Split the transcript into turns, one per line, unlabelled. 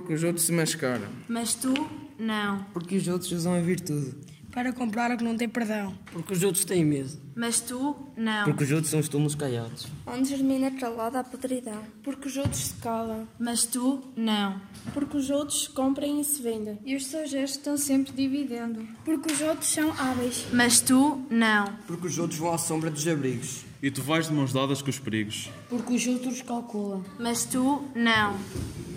Porque os outros se mascaram.
Mas tu, não.
Porque os outros usam a virtude.
Para comprar o que não tem perdão.
Porque os outros têm medo.
Mas tu, não.
Porque os outros são os túmulos caiados.
Onde germina calada a podridão.
Porque os outros se calam.
Mas tu, não.
Porque os outros comprem e se vendem.
E os seus gestos estão sempre dividendo.
Porque os outros são hábeis.
Mas tu, não.
Porque os outros vão à sombra dos abrigos.
E tu vais de mãos dadas com os perigos.
Porque os outros calculam.
Mas tu, não.